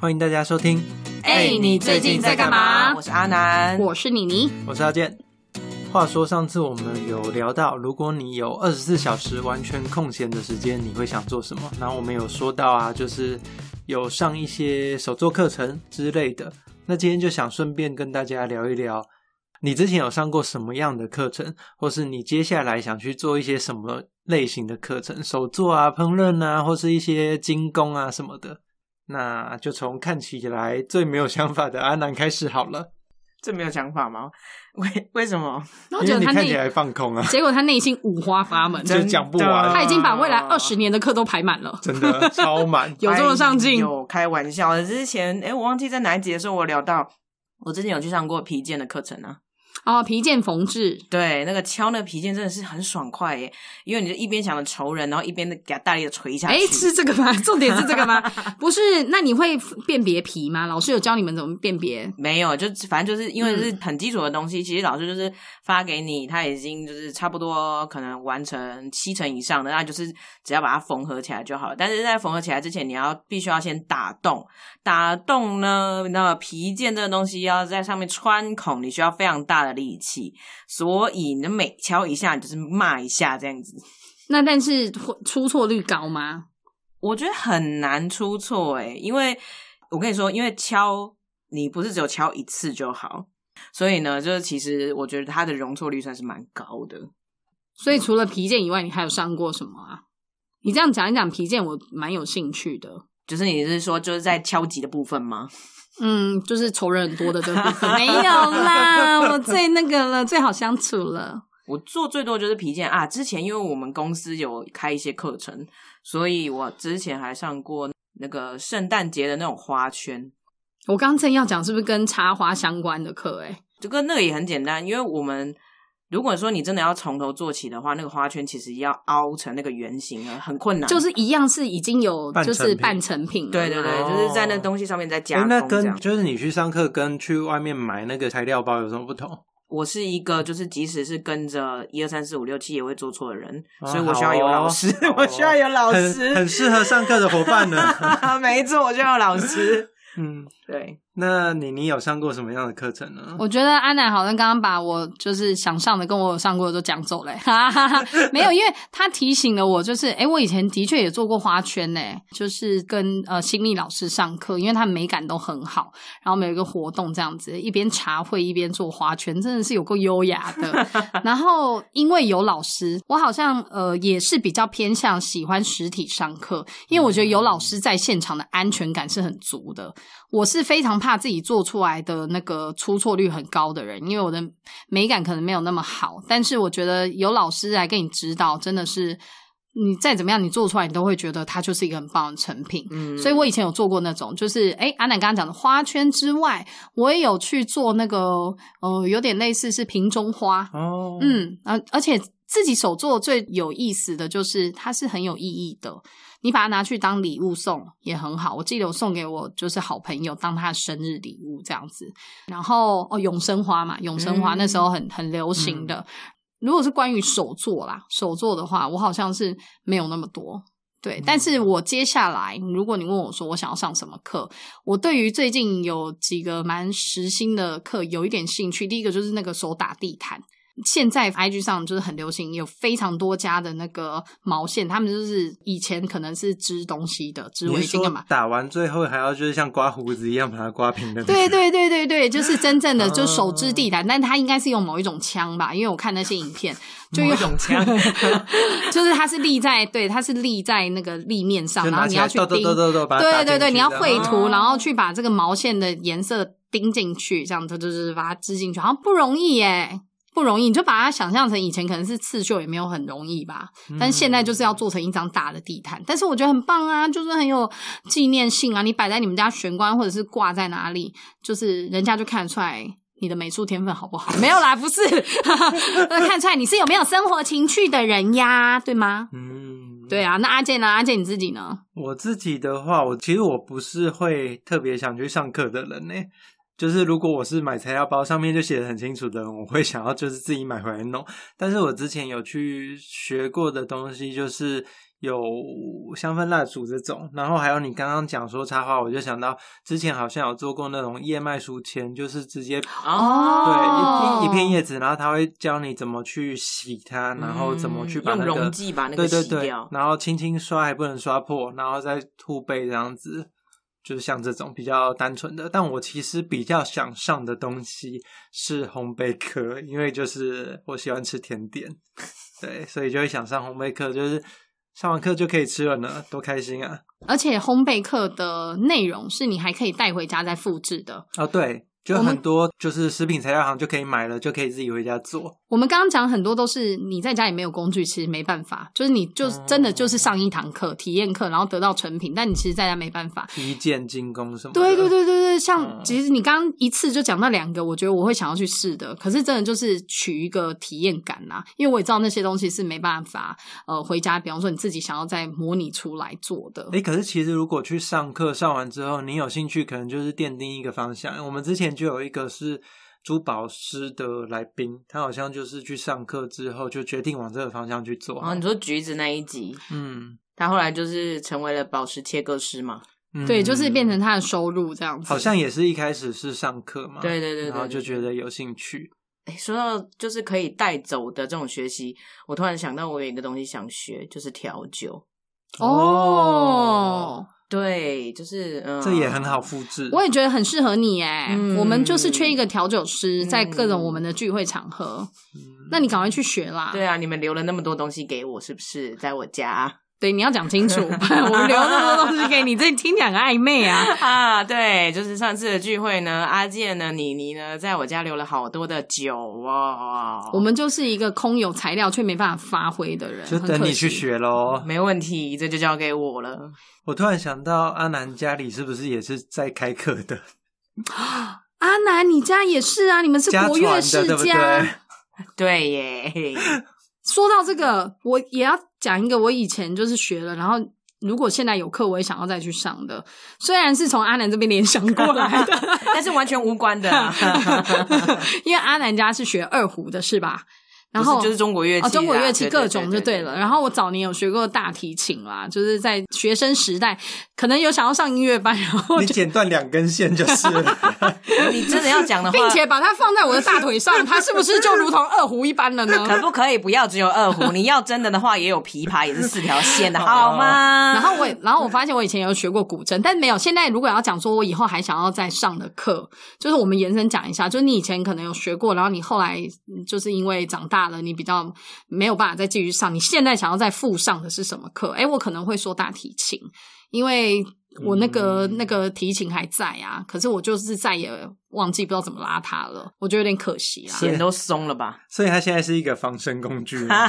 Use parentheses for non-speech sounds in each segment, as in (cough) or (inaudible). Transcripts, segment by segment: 欢迎大家收听。哎你最近在干嘛我是阿南，我是妮妮，我是阿健。话说上次我们有聊到，如果你有二十四小时完全空闲的时间，你会想做什么？然后我们有说到啊，就是有上一些手作课程之类的。那今天就想顺便跟大家聊一聊，你之前有上过什么样的课程，或是你接下来想去做一些什么类型的课程，手作啊、烹饪啊，或是一些精工啊什么的。那就从看起来最没有想法的阿南开始好了，这没有想法吗？ (laughs) 为为什么？然 (laughs) 因后为结果你他看内起，来放空啊。 (laughs) 结果他内心五花八门，真就讲不啊完他已经把未来二十年的课都排满了，真 (laughs) 的超满。有这么上进？有哎开玩笑。之前哎，我忘记在哪一集的时候我聊到，我之前有去上过皮件的课程啊。哦，皮件缝制，对，那个敲那个皮件真的是很爽快耶，因为你就一边想着仇人，然后一边给他大力的捶下去。哎，是这个 (laughs) 吗？重点是这个吗？不是，那你会辨别皮吗？老师有教你们怎么辨别？没有，就反正就是因为是很基础的东西，其实老师就是发给你，他已经就是差不多可能完成七成以上的，那就是只要把它缝合起来就好了。但是在缝合起来之前，你要必须要先打洞，打洞呢，那皮件这个东西要在上面穿孔，你需要非常大的力气，所以你每敲一下你就是骂一下这样子。那但是会出错率高吗？我觉得很难出错诶、因为我跟你说，因为敲你不是只有敲一次就好，所以呢，就是其实我觉得它的容错率算是蛮高的。所以除了皮件以外，你还有上过什么啊？你这样讲一讲皮件，我蛮有兴趣的。就是你是说就是在敲击的部分吗？嗯，就是仇人很多的这个部 (laughs) 分没有啦，我最那个了，最好相处了。我做最多就是皮件啊。之前因为我们公司有开一些课程，所以我之前还上过那个圣诞节的那种花圈，我刚正要讲是不是跟插花相关的课、欸？这个那个也很简单，因为我们如果说你真的要从头做起的话，那个花圈其实要凹成那个圆形啊，很困难。就是一样是已经有半就成是品半成品了对对对，哦就是在那东西上面再加诶工哎那这跟样。就是你去上课跟去外面买那个材料包有什么不同？我是一个就是即使是跟着一二三四五六七也会做错的人，啊所以我需要有老师， (laughs) 好哦我需要有老很师很。适合上课的伙伴呢。 (laughs) (laughs) 没错，我需要有老师。嗯， (laughs) 对，那你你有上过什么样的课程呢？我觉得安奶好像刚刚把我就是想上的跟我有上过的都讲走嘞、哈哈哈， (laughs) 没有，因为他提醒了我，就是诶、我以前的确也做过花圈呢、就是跟呃新密老师上课，因为他美感都很好，然后我们有一个活动这样子，一边茶会一边做花圈，真的是有够优雅的。然后因为有老师，我好像呃也是比较偏向喜欢实体上课，因为我觉得有老师在现场的安全感是很足的。我是非常怕自己做出来的那个出错率很高的人，因为我的美感可能没有那么好。但是我觉得有老师来给你指导，真的是你再怎么样，你做出来你都会觉得它就是一个很棒的成品。嗯所以我以前有做过那种，就是哎，诶阿南刚刚讲的花圈之外，我也有去做那个呃，有点类似是瓶中花，哦，，嗯，而而且自己手做最有意思的就是它是很有意义的，你把它拿去当礼物送也很好。我记得我送给我就是好朋友当他的生日礼物这样子，然后哦永生花嘛，永生花嗯那时候很、很流行的。如果是关于手作啦，手作的话，我好像是没有那么多。对，但是我接下来，如果你问我说我想要上什么课，我对于最近有几个蛮实心的课有一点兴趣。第一个就是那个手打地毯，现在 IG 上就是很流行，有非常多家的那个毛线，他们就是以前可能是织东西的，织你围是巾说干 (laughs) 嘛？打完最后还要就是像刮胡子一样把它刮平的？对。对对对对，就是真正的啊就手织地毯，但它应该是用某一种枪吧，因为我看那些影片，就某有一种枪 (laughs) 就是它是立在对，它是立在那个立面上，就然后拿你起要来去抖抖钉抖抖抖，把它打对进对对，去你要这样绘图，哦然后去把这个毛线的颜色钉进去，这样子就是把它织进去，好像不容易耶，不容易。你就把它想象成以前可能是刺绣，也没有很容易吧。嗯但是现在就是要做成一张大的地毯，但是我觉得很棒啊，就是很有纪念性啊。你摆在你们家玄关或者是挂在哪里，就是人家就看得出来。你的美术天分好不嗯好？没有啦，不是， (laughs) 看出来你是有没有生活情趣的人呀，对吗？嗯，对啊，那阿健呢？阿健你自己呢？我自己的话，我其实我不是会特别想去上课的人呢、就是如果我是买材料包，上面就写的很清楚的，我会想要就是自己买回来弄。但是我之前有去学过的东西，就是有香氛蜡烛这种，然后还有你刚刚讲说插花，我就想到之前好像有做过那种叶脉书签，就是直接哦 (laughs) 对一片一片叶子，然后他会教你怎么去洗它，然后怎么去把那用个溶剂把那对个对洗对掉，。然后轻轻刷还不能刷破，然后再吐杯这样子，就是像这种比较单纯的。但我其实比较想上的东西是烘焙课，因为就是我喜欢吃甜点，对，所以就会想上烘焙课，就是上完课就可以吃了呢，多开心啊！而且烘焙课的内容是你还可以带回家再复制的。哦，对。就我们很多就是食品材料行就可以买了，就可以自己回家做。我们刚刚讲很多都是你在家里没有工具，其实没办法，就是你就是哦真的就是上一堂课、体验课，然后得到成品，但你其实在家没办法。一剑进攻什么的？对对对对对，像嗯其实你刚刚一次就讲到两个，我觉得我会想要去试的，可是真的就是取一个体验感啦、因为我也知道那些东西是没办法呃回家，比方说你自己想要再模拟出来做的。诶，可是其实如果去上课上完之后，你有兴趣，可能就是奠定一个方向。我们之前就有一个是珠宝师的来宾，他好像就是去上课之后就决定往这个方向去做。然哦哦后你说橘子那一集，嗯，他后来就是成为了宝石切割师嘛？嗯，对，就是变成他的收入这样子。好像也是一开始是上课嘛，对对对对啊然后就对对觉得有兴趣。诶说到就是可以带走的这种学习，我突然想到我有一个东西想学，就是调酒。哦，对，就是嗯，这也很好。复制。我也觉得很适合你哎、嗯我们就是缺一个调酒师，嗯在各种我们的聚会场嗯合，那你赶快去学啦。对啊，你们留了那么多东西给我，是不是？在我家对，你要讲清楚， (laughs) 我们留那么多东西给你，这听起来很暧 (laughs) 昧啊。 (laughs) 啊，对，就是上次的聚会呢，阿健呢，妮妮呢，在我家留了好多的酒哦。我们就是一个空有材料却没办法发挥的人，就很等可你去惜。学喽。没问题，这就交给我了。我突然想到，阿南家里是不是也是在开课的？阿南，你家也是啊，你们是家国传乐的，世对不家。对？对 (laughs) 耶，说到这个，我也要讲一个我以前就是学了，然后如果现在有课，我也想要再去上的。虽然是从阿南这边联想过来的，但是完全无关的 (laughs) 啊，因为阿南家是学二胡的，是吧？然不后是就是中国乐器哦，啦，中国乐器对各种就对了。然后我早年有学过大提琴啦，就是在学生时代，可能有想要上音乐班，然后你就剪断两根线就是了。 (laughs) 你真的要讲的话，并且把它放在我的大腿上，它是不是就如同二胡一般了 (laughs) 呢？可不可以不要只有二胡？你要真的的话，也有琵琶，也是四条线的，好吗？然后我也，然后我发现我以前有学过古筝，但没有。现在如果要讲说，我以后还想要再上的课，就是我们延伸讲一下，就是你以前可能有学过，然后你后来嗯就是因为长大了，你比较没有办法再继续上，你现在想要再复上的是什么课？诶，我可能会说大提琴，因为我那个、嗯那个提琴还在啊，可是我就是再也忘记不知道怎么拉它了，我觉得有点可惜啦。弦都松了 (laughs) 吧？所以它现在是一个防身工具吗。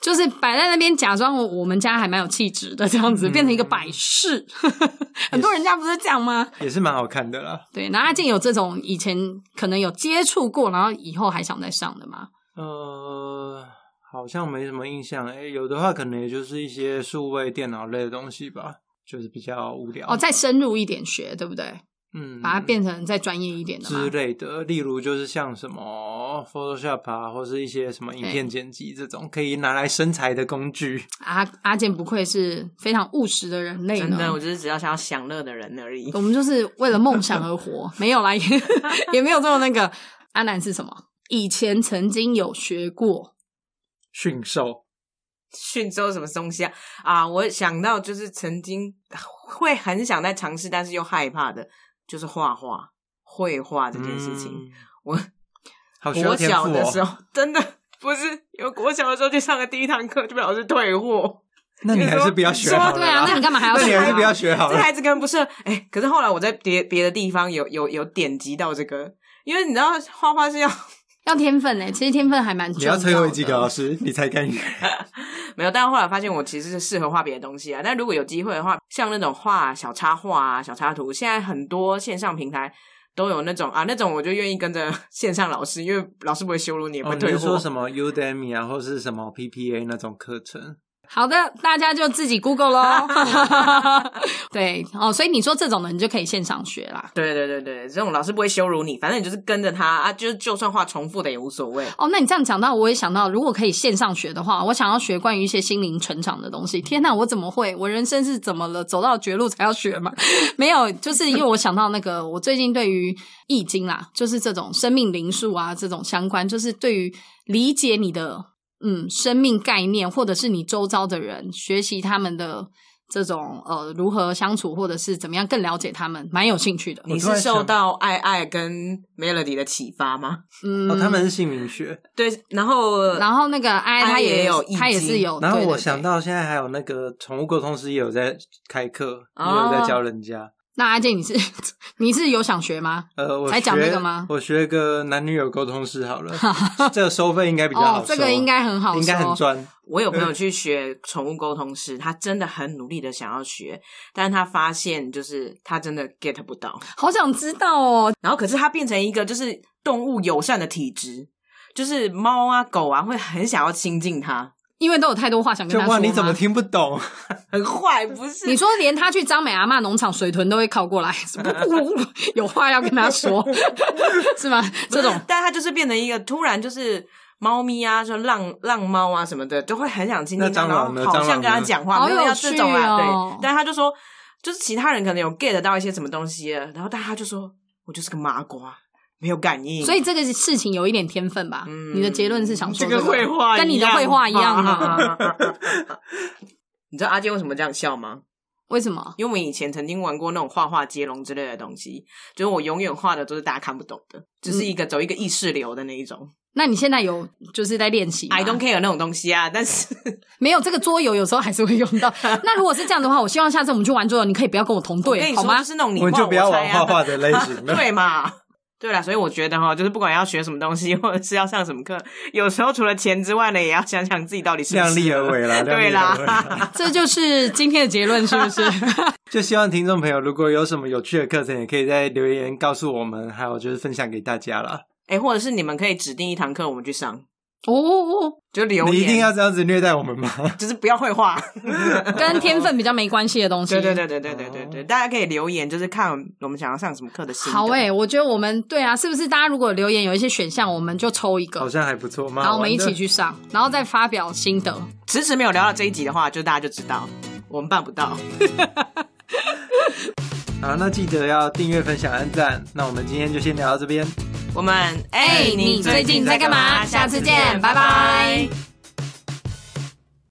就是摆在那边，假装我我们家还蛮有气质的这样子，变成一个摆饰。 (laughs) 很多人家不是这样吗？也是蛮好看的啦。对，那阿健有这种以前可能有接触过，然后以后还想再上的吗？呃，好像没什么印象。诶、有的话可能也就是一些数位电脑类的东西吧，就是比较无聊。哦，再深入一点学，对不对？嗯，把它变成再专业一点的之嘛。类的，例如就是像什么 Photoshop 啊，或是一些什么影片剪辑这种可以拿来生财的工具。阿阿健不愧是非常务实的人类呢。真的，我就是只要想要享乐的人而已。我们就是为了梦想而活，没有啦，也 (laughs) 也没有这么那个。阿南是什么？以前曾经有学过，驯兽，驯州什么松下啊？我想到就是曾经 (laughs) 会很想再尝试，但是又害怕的，就是画画、绘画这件事情。嗯我好需要国天小赋的时哦。候，真的不是有国小的时候去上的第一堂课就被老师退货。那你还是不要学好了对啊啦。，那你干嘛还要那你学还是啊不要学好这了。孩子根本不适合。哎、可是后来我在别别的地方有有有点及到这个，因为你知道画画是要要天分呢、其实天分还蛮重你要要的。摧毁几个老师，你才敢学。没有，但后来发现我其实是适合画别的东西啊。但如果有机会的话，像那种画小插画啊、小插图，现在很多线上平台都有那种啊，那种我就愿意跟着线上老师，因为老师不会羞辱你，也不哦，会你退是货。说什么 Udemy 啊，或是什么 PPA 那种课程？好的，大家就自己 Google 咯。 (laughs) 对哦，所以你说这种的，你就可以现场学啦。对对对对，这种老师不会羞辱你，反正你就是跟着他啊，就就算画重复的也无所谓。哦，那你这样讲到，我也想到，如果可以线上学的话，我想要学关于一些心灵成长的东西。天哪，我怎么会？我人生是怎么了？走到绝路才要学吗？ (laughs) 没有，就是因为我想到那个，我最近对于易经啦，就是这种生命灵数啊，这种相关，就是对于理解你的嗯生命概念，或者是你周遭的人，学习他们的。这种呃，如何相处，或者是怎么样更了解他们，蛮有兴趣的。你突是然想受到爱爱跟 Melody 的启发吗？嗯，哦，他们是姓名学。对，然后然后那个 I 他他也有易他也经是有，然后对我对想对到现在还有那个宠物沟通师也有在开课，也哦有在教人家。那阿健你是你是有想学吗？呃，我才讲学这个吗我学个男女友沟通师好 (laughs) 了，这个收费应该比较好哦收，，这个应该很好说，应该很赚。我有朋友去学宠物沟通师，他真的很努力的想要学，但是他发现就是他真的 get 不到，好想知道哦，然后可是他变成一个就是动物友善的体质，就是猫啊狗啊会很想要亲近他，因为都有太多话想跟就他说哇，吗。你怎么听不懂？很坏不是？你说连他去张美阿嬷农场水豚都会靠过来， (laughs) 有话要跟他说，是吗？不是这种但他就是变成一个突然就是猫咪啊，就浪浪猫啊什么的，都会很想亲近那他，蟑然螂呢后好蟑螂呢像跟他讲话，好没有有要趣这种啦，哦对。但他就说，就是其他人可能有 get 到一些什么东西了，然后但他就说我就是个麻瓜，没有感应，所以这个事情有一点天分吧？嗯你的结论是想说这个绘画跟你的绘画一样啊吗？ (laughs) 吗？ (laughs) 你知道阿健为什么这样笑吗？为什么？因为我们以前曾经玩过那种画画接龙之类的东西，就是我永远画的都是大家看不懂的，只嗯是一个走一个意识流的那一种、那你现在有就是在练习吗 i don't care 那种东西啊。但 (laughs) 是没有这个桌游，有时候还是会用到。那如果是这样的话，我希望下次我们去玩桌游，你可以不要跟我同我跟队，你好说，吗就？是那种你我画们就不要我猜玩啊画画的类 (laughs) (laughs) 型了。 (laughs) 对嘛？对啦，所以我觉得哈，就是不管要学什么东西，或者是要上什么课，有时候除了钱之外呢，也要想想自己到底是不量是啊力而为啦，量力对而为啦。啦，这就是今天的结论，是不 (laughs) 是？就希望听众朋友如果有什么有趣的课程，也可以在留言告诉我们，还有就是分享给大家啦。哎、或者是你们可以指定一堂课我们去上，哦哦就留言，你一定要这样子虐待我 (laughs) 们吗？就是不要会画。哦，跟天分比较没关系的东西。对对。对对对对对哦对，大家可以留言，就是看我们想要上什么课的心得。好诶、我觉得我们对啊，是不是大家如果留言有一些选项，我们就抽一好个，像还不错，蛮然好后我们玩一的起。去上，然后再发表心得。迟迟没有聊到这一集的话，就大家就知道我们办不到。好，那记得要订阅、分享、按赞。那我们今天就先聊到这边。我们哎、哎你最近在干嘛下次见拜拜